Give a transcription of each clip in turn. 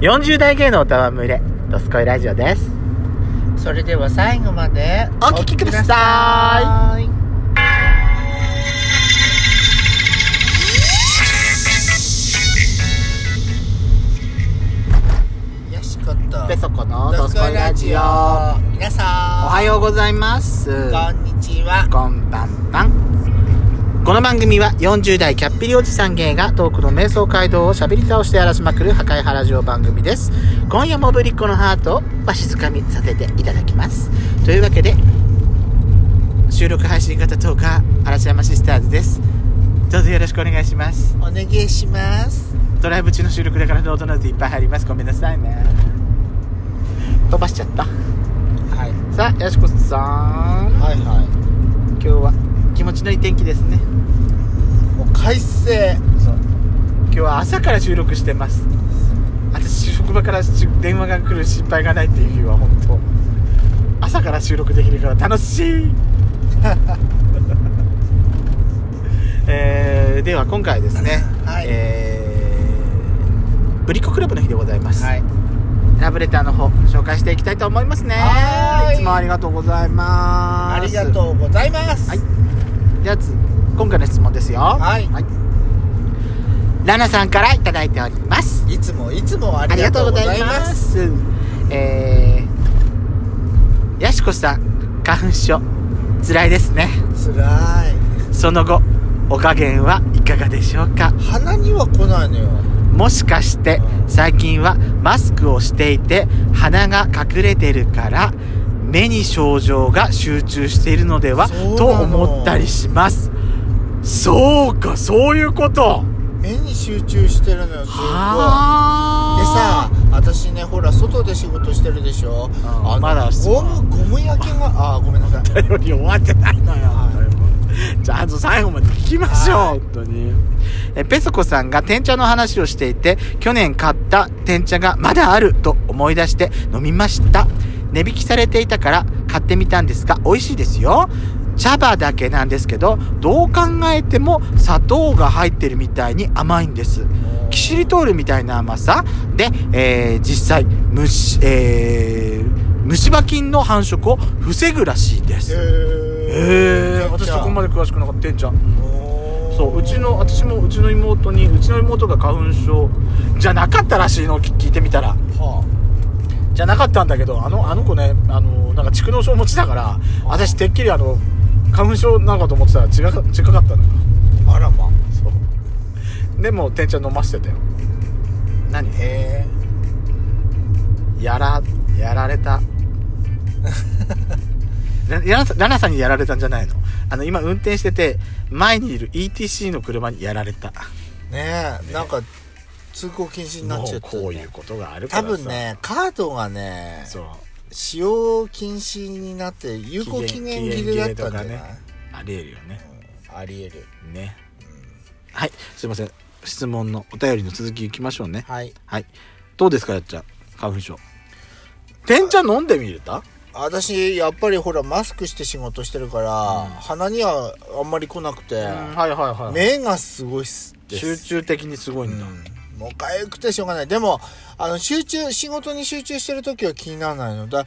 40代芸能歌は群れ、ドスコイラジオです。それでは最後までお聞きくださいよしことペソコのドドススココイイララジジオ。オおは皆さんようございます。こんにちはこんばんばん。この番組は40代キャッピリおじさん芸がトークの瞑想街道をしゃべり倒して荒らしまくる破壊原城番組です。今夜もぶりっ子のハートをわしづかみさせていただきます。というわけで、収録配信型トーカー、嵐山シスターズです。どうぞよろしくお願いします。お願いしますドライブ中の収録だからノートノートいっぱい入ります。ごめんなさいね。飛ばしちゃった。はいさあ、やしこさん。はいは今い日は気持ちのいい天気ですね。もう快晴そう今日は朝から収録してます私職場からし電話が来る心配がないっていう日は本当朝から収録できるから楽 しいえーでは今回ですね、はいえーブリッコクラブの日でございます、はいラブレターの方紹介していきたいと思いますねはーいいつもありがとうございまあすりがとうございますはいじゃあつ今回の質問ですよはいラナさんからいただいておりますいつもいつもあありりががととううごござざいいまますすえー、やしこさん花粉症つらいですねつらいその後お加減はいかがでしょうか鼻には来ないのよもしかして最近はマスクをしていて鼻が隠れてるから目に症状が集中しているのではそうなのと思ったりしますそうかそういうこと目に集中してるのよすごいではさ私ねほら外で仕事してるでしょあーのまだゴムゴム焼けがあーごめん なさでさい 頼り終わってないのよ はちゃんと最後まで聞きましょう、はい本当にえペソコさんが天茶の話をしていて去年買った天茶がまだあると思い出して飲みました値引きされていたから買ってみたんですが美味しいですよ茶葉だけなんですけどどう考えても砂糖が入ってるみたいに甘いんですキシリトールみたいな甘さで、えー実際虫,、えー虫歯菌の繁殖を防ぐらしいですへへえ私そこまでで詳しくなかったてんちゃんそううちの私もうちの妹にうちの妹が花粉症じゃなかったらしいのを聞聞いてみたらはじゃなかったんだけどあのあの子ねあのなんか蓄膿症持ちだから私てっきりあの花粉症なのかと思ってたら違か違かったのよああらまそうでもてんちゃん飲ませてたよ何へえやらやられ たララナさんラナさんにやられたんじゃないのあの今運転してて前にいる ETC の車にやられたねえなんか通行禁止になっちゃったねもうこういうことがあるから多さ分ねカードがねそう使用禁止になって有効期限切れだったんじゃな期い、限切れとかねありえるよねありえるねはいすいません質問のお便りの続きいきましょうねはいはいどうですかやっちゃん花粉症てんちゃん飲んでみれた私やっぱりほらマスクして仕事してるから、鼻にはあんまり来なくて、いはいは目がすごいっす集中的にすごいんだ、もうかゆくてしょうがないでもあの集中仕事に集中してる時は気にならないのだ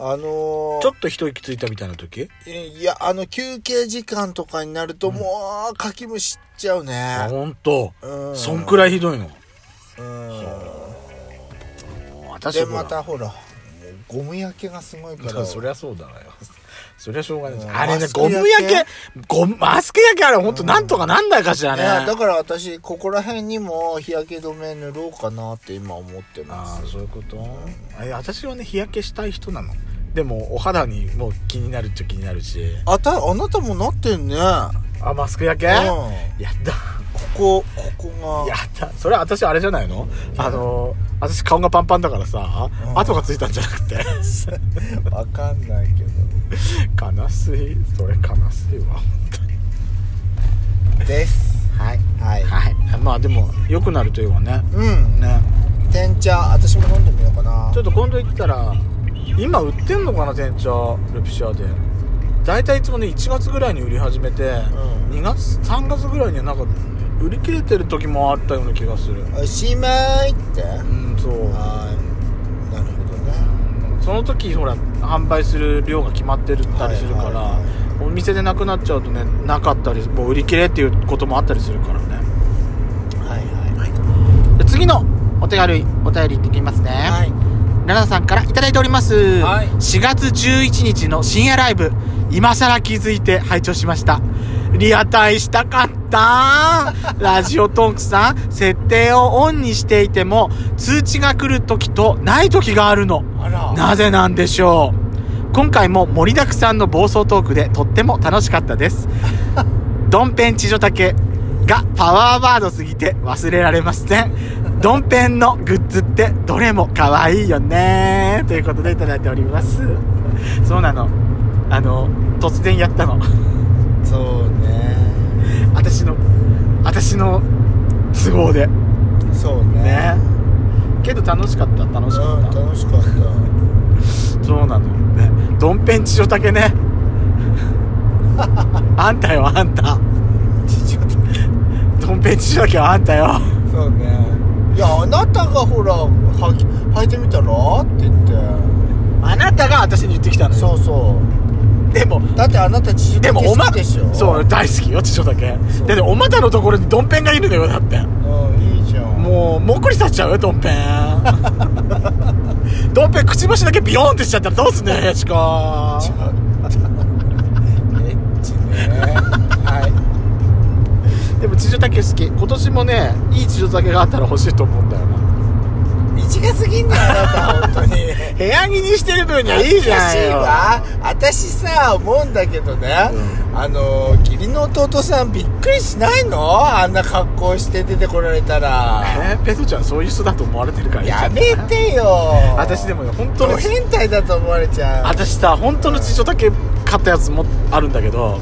あのーちょっと一息ついたみたいな時えいやあの休憩時間とかになると、もうかきむしっちゃうあねほんとうんそんくらいひどいのうん私でほらまたほらもうゴム焼けがすごいかだかららそりゃそうだわよそりゃしょうがないじゃうんんあれねマスクゴム焼け焼ゴムマスク焼けあれほんとなんとかなんだかしらいやだねから私ここら辺にも日焼け止め塗ろうかなって今思ってまあすあそういうことあいや私はね日焼けしたい人なのでもお肌にもう気になるっちゃ気になるしあたあなたもなってんね、あマスク焼けうんやだここここやがだそれ私あれじゃないのあの私顔がパンパンだからさうん跡がついたんじゃな くて わかんないけど悲しいそれ悲しいわ本当にですはいはい、はいまあでも良くなるというわねうんね天茶私も飲んでみようかなちょっと今度行ったら今売ってんのかな店長ルピシアで大体いつもね1月ぐらいに売り始めて、ん2月3月ぐらいにはなんか売り切れてる時もあったような気がするおしまいってうんそうの時ほら販売する量が決まってるったりするから、はいはいお店でなくなっちゃうとねなかったりもう売り切れっていうこともあったりするからねはいはいで次のお手軽いお便りいってきますね、はいララさんからいただいております、はい4月11日の深夜ライブ今さら気づいて拝聴しましたリアタイしたか ったラジオトークさん設定をオンにしていても通知が来る時とない時があるのあらなぜなんでしょう今回も盛りだくさんの暴走トークでとっても楽しかったですドンペン地上竹がパワーワードすぎて忘れられませんドンペンのグッズってどれも可愛いよねということでいただいておりますそうなのあの突然やったの そうね私の私の都合でそうねねけど楽しかった楽しかうんった、楽しかった そうなのよねドンペン千代竹ね あんたよあんたちょっとドンペン千代竹はあんたよそうねいやあなたがほらはき履いてみたらって言っあなたが私に言ってきたてのそうそでもうだってあなた父でもおまでしょそう大好きよ千代竹そうだっておまたのところにドンペンがいるのよだってうんいいじゃんもうもっこりさせちゃうよドン ペンドンペンくちばしだけビヨーンってしちゃったらどうすんのよやしこ ちょっとエッチねはでも千代竹好き今年もねいい千代竹があったら欲しいと思うんだよない道が過ぎんだよあなた本当に部屋着にしてる分にはいいじゃんよ恥ずかしいわ私さ思うんだけどね、あの義理の弟さんびっくりしないのあんな格好して出てこられたらえーペソちゃんそういう人だと思われてるからいいじゃやんめてよ私でもね本当ドに変態だと思われちゃう私さ本当の地上だけ買ったやつもあるんだけど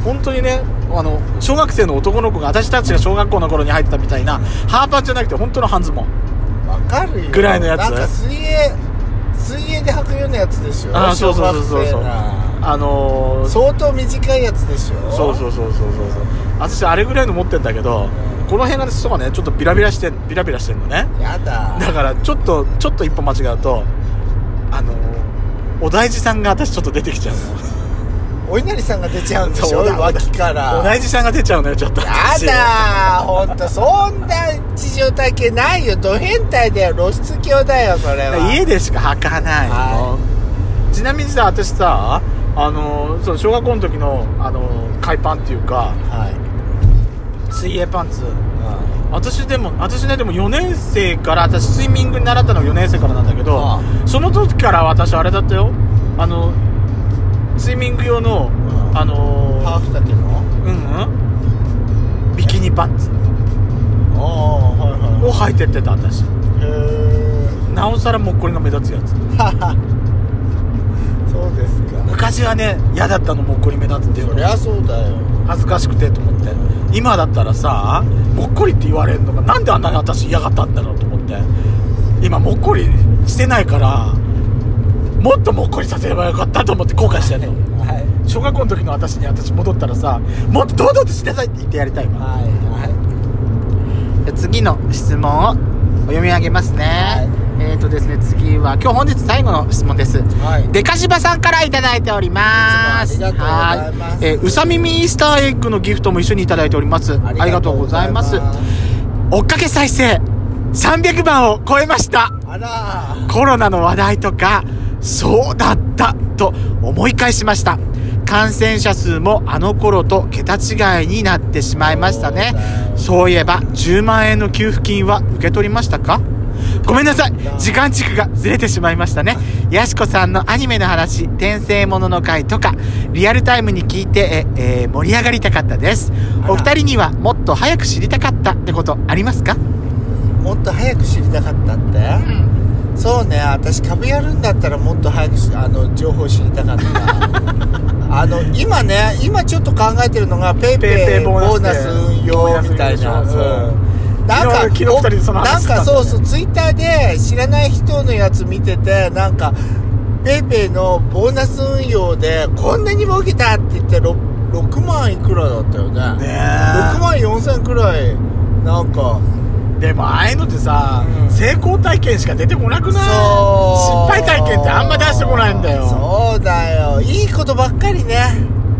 うん本当にねあの小学生の男の子が私たちが小学校の頃に入ってたみたいなハーパンじゃなくて本当の半ズボンわかるよぐらいのやつなんか水泳水泳で履くようなやつでしょあーそうそうそうそう小そう学生なあのー、そう相当短いやつでしょそうそうそうそうそう私あれぐらいの持ってんだけどこの辺がね裾がねちょっとビラビラしてビラビラしてんのねやだだからちょっとちょっと一歩間違うとあのー、お大事さんが私ちょっと出てきちゃうのお稲荷さんが出ちゃうんでしそょうだ脇からお大事さんが出ちゃうのよちょっとや私だーほんとそんな地上竹ないよド変態だよ露出狂だよそれは家でしか履かないの、はちなみにさ私さあのそう小学校の時のあの海パンっていうかはい、水泳パンツう私でも私ねでも4年生から私スイミング習ったの4年生からなんだけどあその時から私あれだったよあのスイミング用のうんあのん、ハーフだけのうんうんビキニパンツああはいを履いてってた私いへなおさらもうこれが目立つやつえそうですか昔はね嫌だったのもっこり目立つっていうそのりゃそうだよ恥ずかしくてと思って今だったらさもっこりって言われるのがなんであんなに私嫌がったんだろうと思って今もっこりしてないからもっともっこりさせればよかったと思って後悔してるのはい小学校の時の私に私戻ったらさもっと堂々としなさいって言ってやりたいわはいは次の質問をお読み上げますね、えっ、とですね次は今日本日最後の質問ですはいでかしばさんからいただいておりますいつもありがとうございますはえーうさ耳イースターエッグのギフトも一緒にいただいておりますありがとうございます追っかけ再生300番を超えましたあらコロナの話題とかそうだったと思い返しました感染者数もあの頃と桁違いになってしまいましたねそういえば10万円の給付金は受け取りましたかごめんなさい時間軸がずれてしまいましたねやしこさんのアニメの話「転生ものの会」とかリアルタイムに聞いて、ええー盛り上がりたかったですお二人にはもっと早く知りたかったってことありますかもっと早く知りたかったって、そうね私株やるんだったらもっと早くしあの情報知りたかった あの今ね今ちょっと考えてるのがペイペイペペイイボボーーナナススで運用みたいな、ボーナス運用でしょそううんなんか昨日昨日二人でその話なんしたんだよかねそうそうツイッターで知らない人のやつ見ててなんかペイペイのボーナス運用でこんなに儲けたって言って 6, 6万いくらだったよねねえ6万4000くらいなんかでもああいうのってさ、うん成功体験しか出てこなくそなうい失敗体験ってあんま出してこないんだよそうだよいいことばっかりね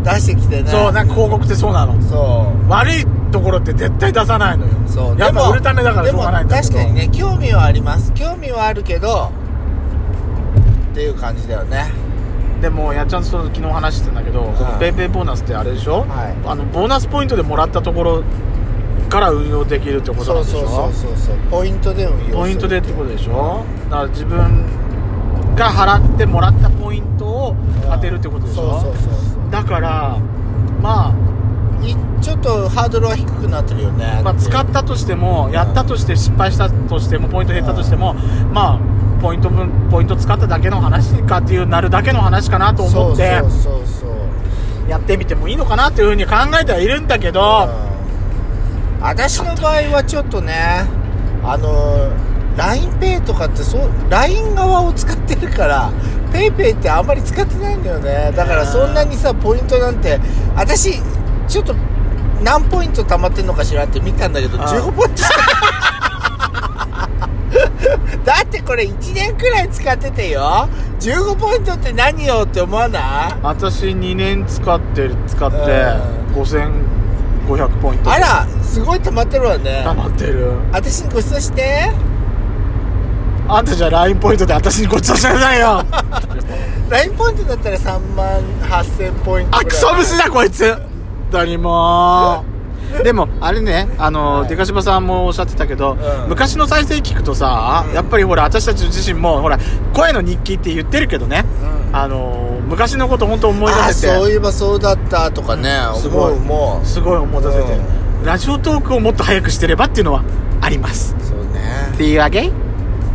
出してきてねそうなんか広告ってそうなのそう悪いところって絶対出さないのよそうやっでぱも売るためだからしょうがないんだけどでも確かにね興味はあります興味はあるけどっていう感じだよねでもやっちゃんとその昨日話してたんだけど、このペイペイボーナスってあれでしょ、はいあのボーナスポイントでもらったところから運用できるってことそなうんでしょそうそうそうそうポイントで運用するポイントでってことでしょだから自分が払ってもらったポイントを当てるってことでしょ、そうそうそうそうだからまあいちょっとハードルは低くなってるよねまあ、使ったとしてもやったとして失敗したとしてもポイント減ったとしてもまあポイント分ポイント使っただけの話かっていうなるだけの話かなと思ってそうそうそうそうやってみてもいいのかなっていうふうに考えてはいるんだけどうん私の場合はちょっとねあの LINEPay とかってそう LINE 側を使ってるから PayPay ってあんまり使ってないんだよねだからそんなにさポイントなんて私ちょっと何ポイント貯まってんのかしらって見たんだけどあ15ポイントし かだってこれ1年くらい使っててよ15ポイントって何よって思わない私2年使って使ってう5500ポイントあらすごい溜まってるわね黙ってる私にご馳走してあんたじゃあ LINE ポイントで私にごちそうしなさいよ LINE ポイントだったら3万8000ポイントあクソ虫だこいつ何もでもあれねあの、はいデカシバさんもおっしゃってたけど、うん昔の再生聞くとさ、うんやっぱりほら私たち自身もほら声の日記って言ってるけどね、うんあの昔のこと本当思いあ出せてそういえばそうだったとかねうんす思ごいうもすごい思い出せて、ラジオトークをもっと早くしてればっていうのはありますうそうねっていうわけ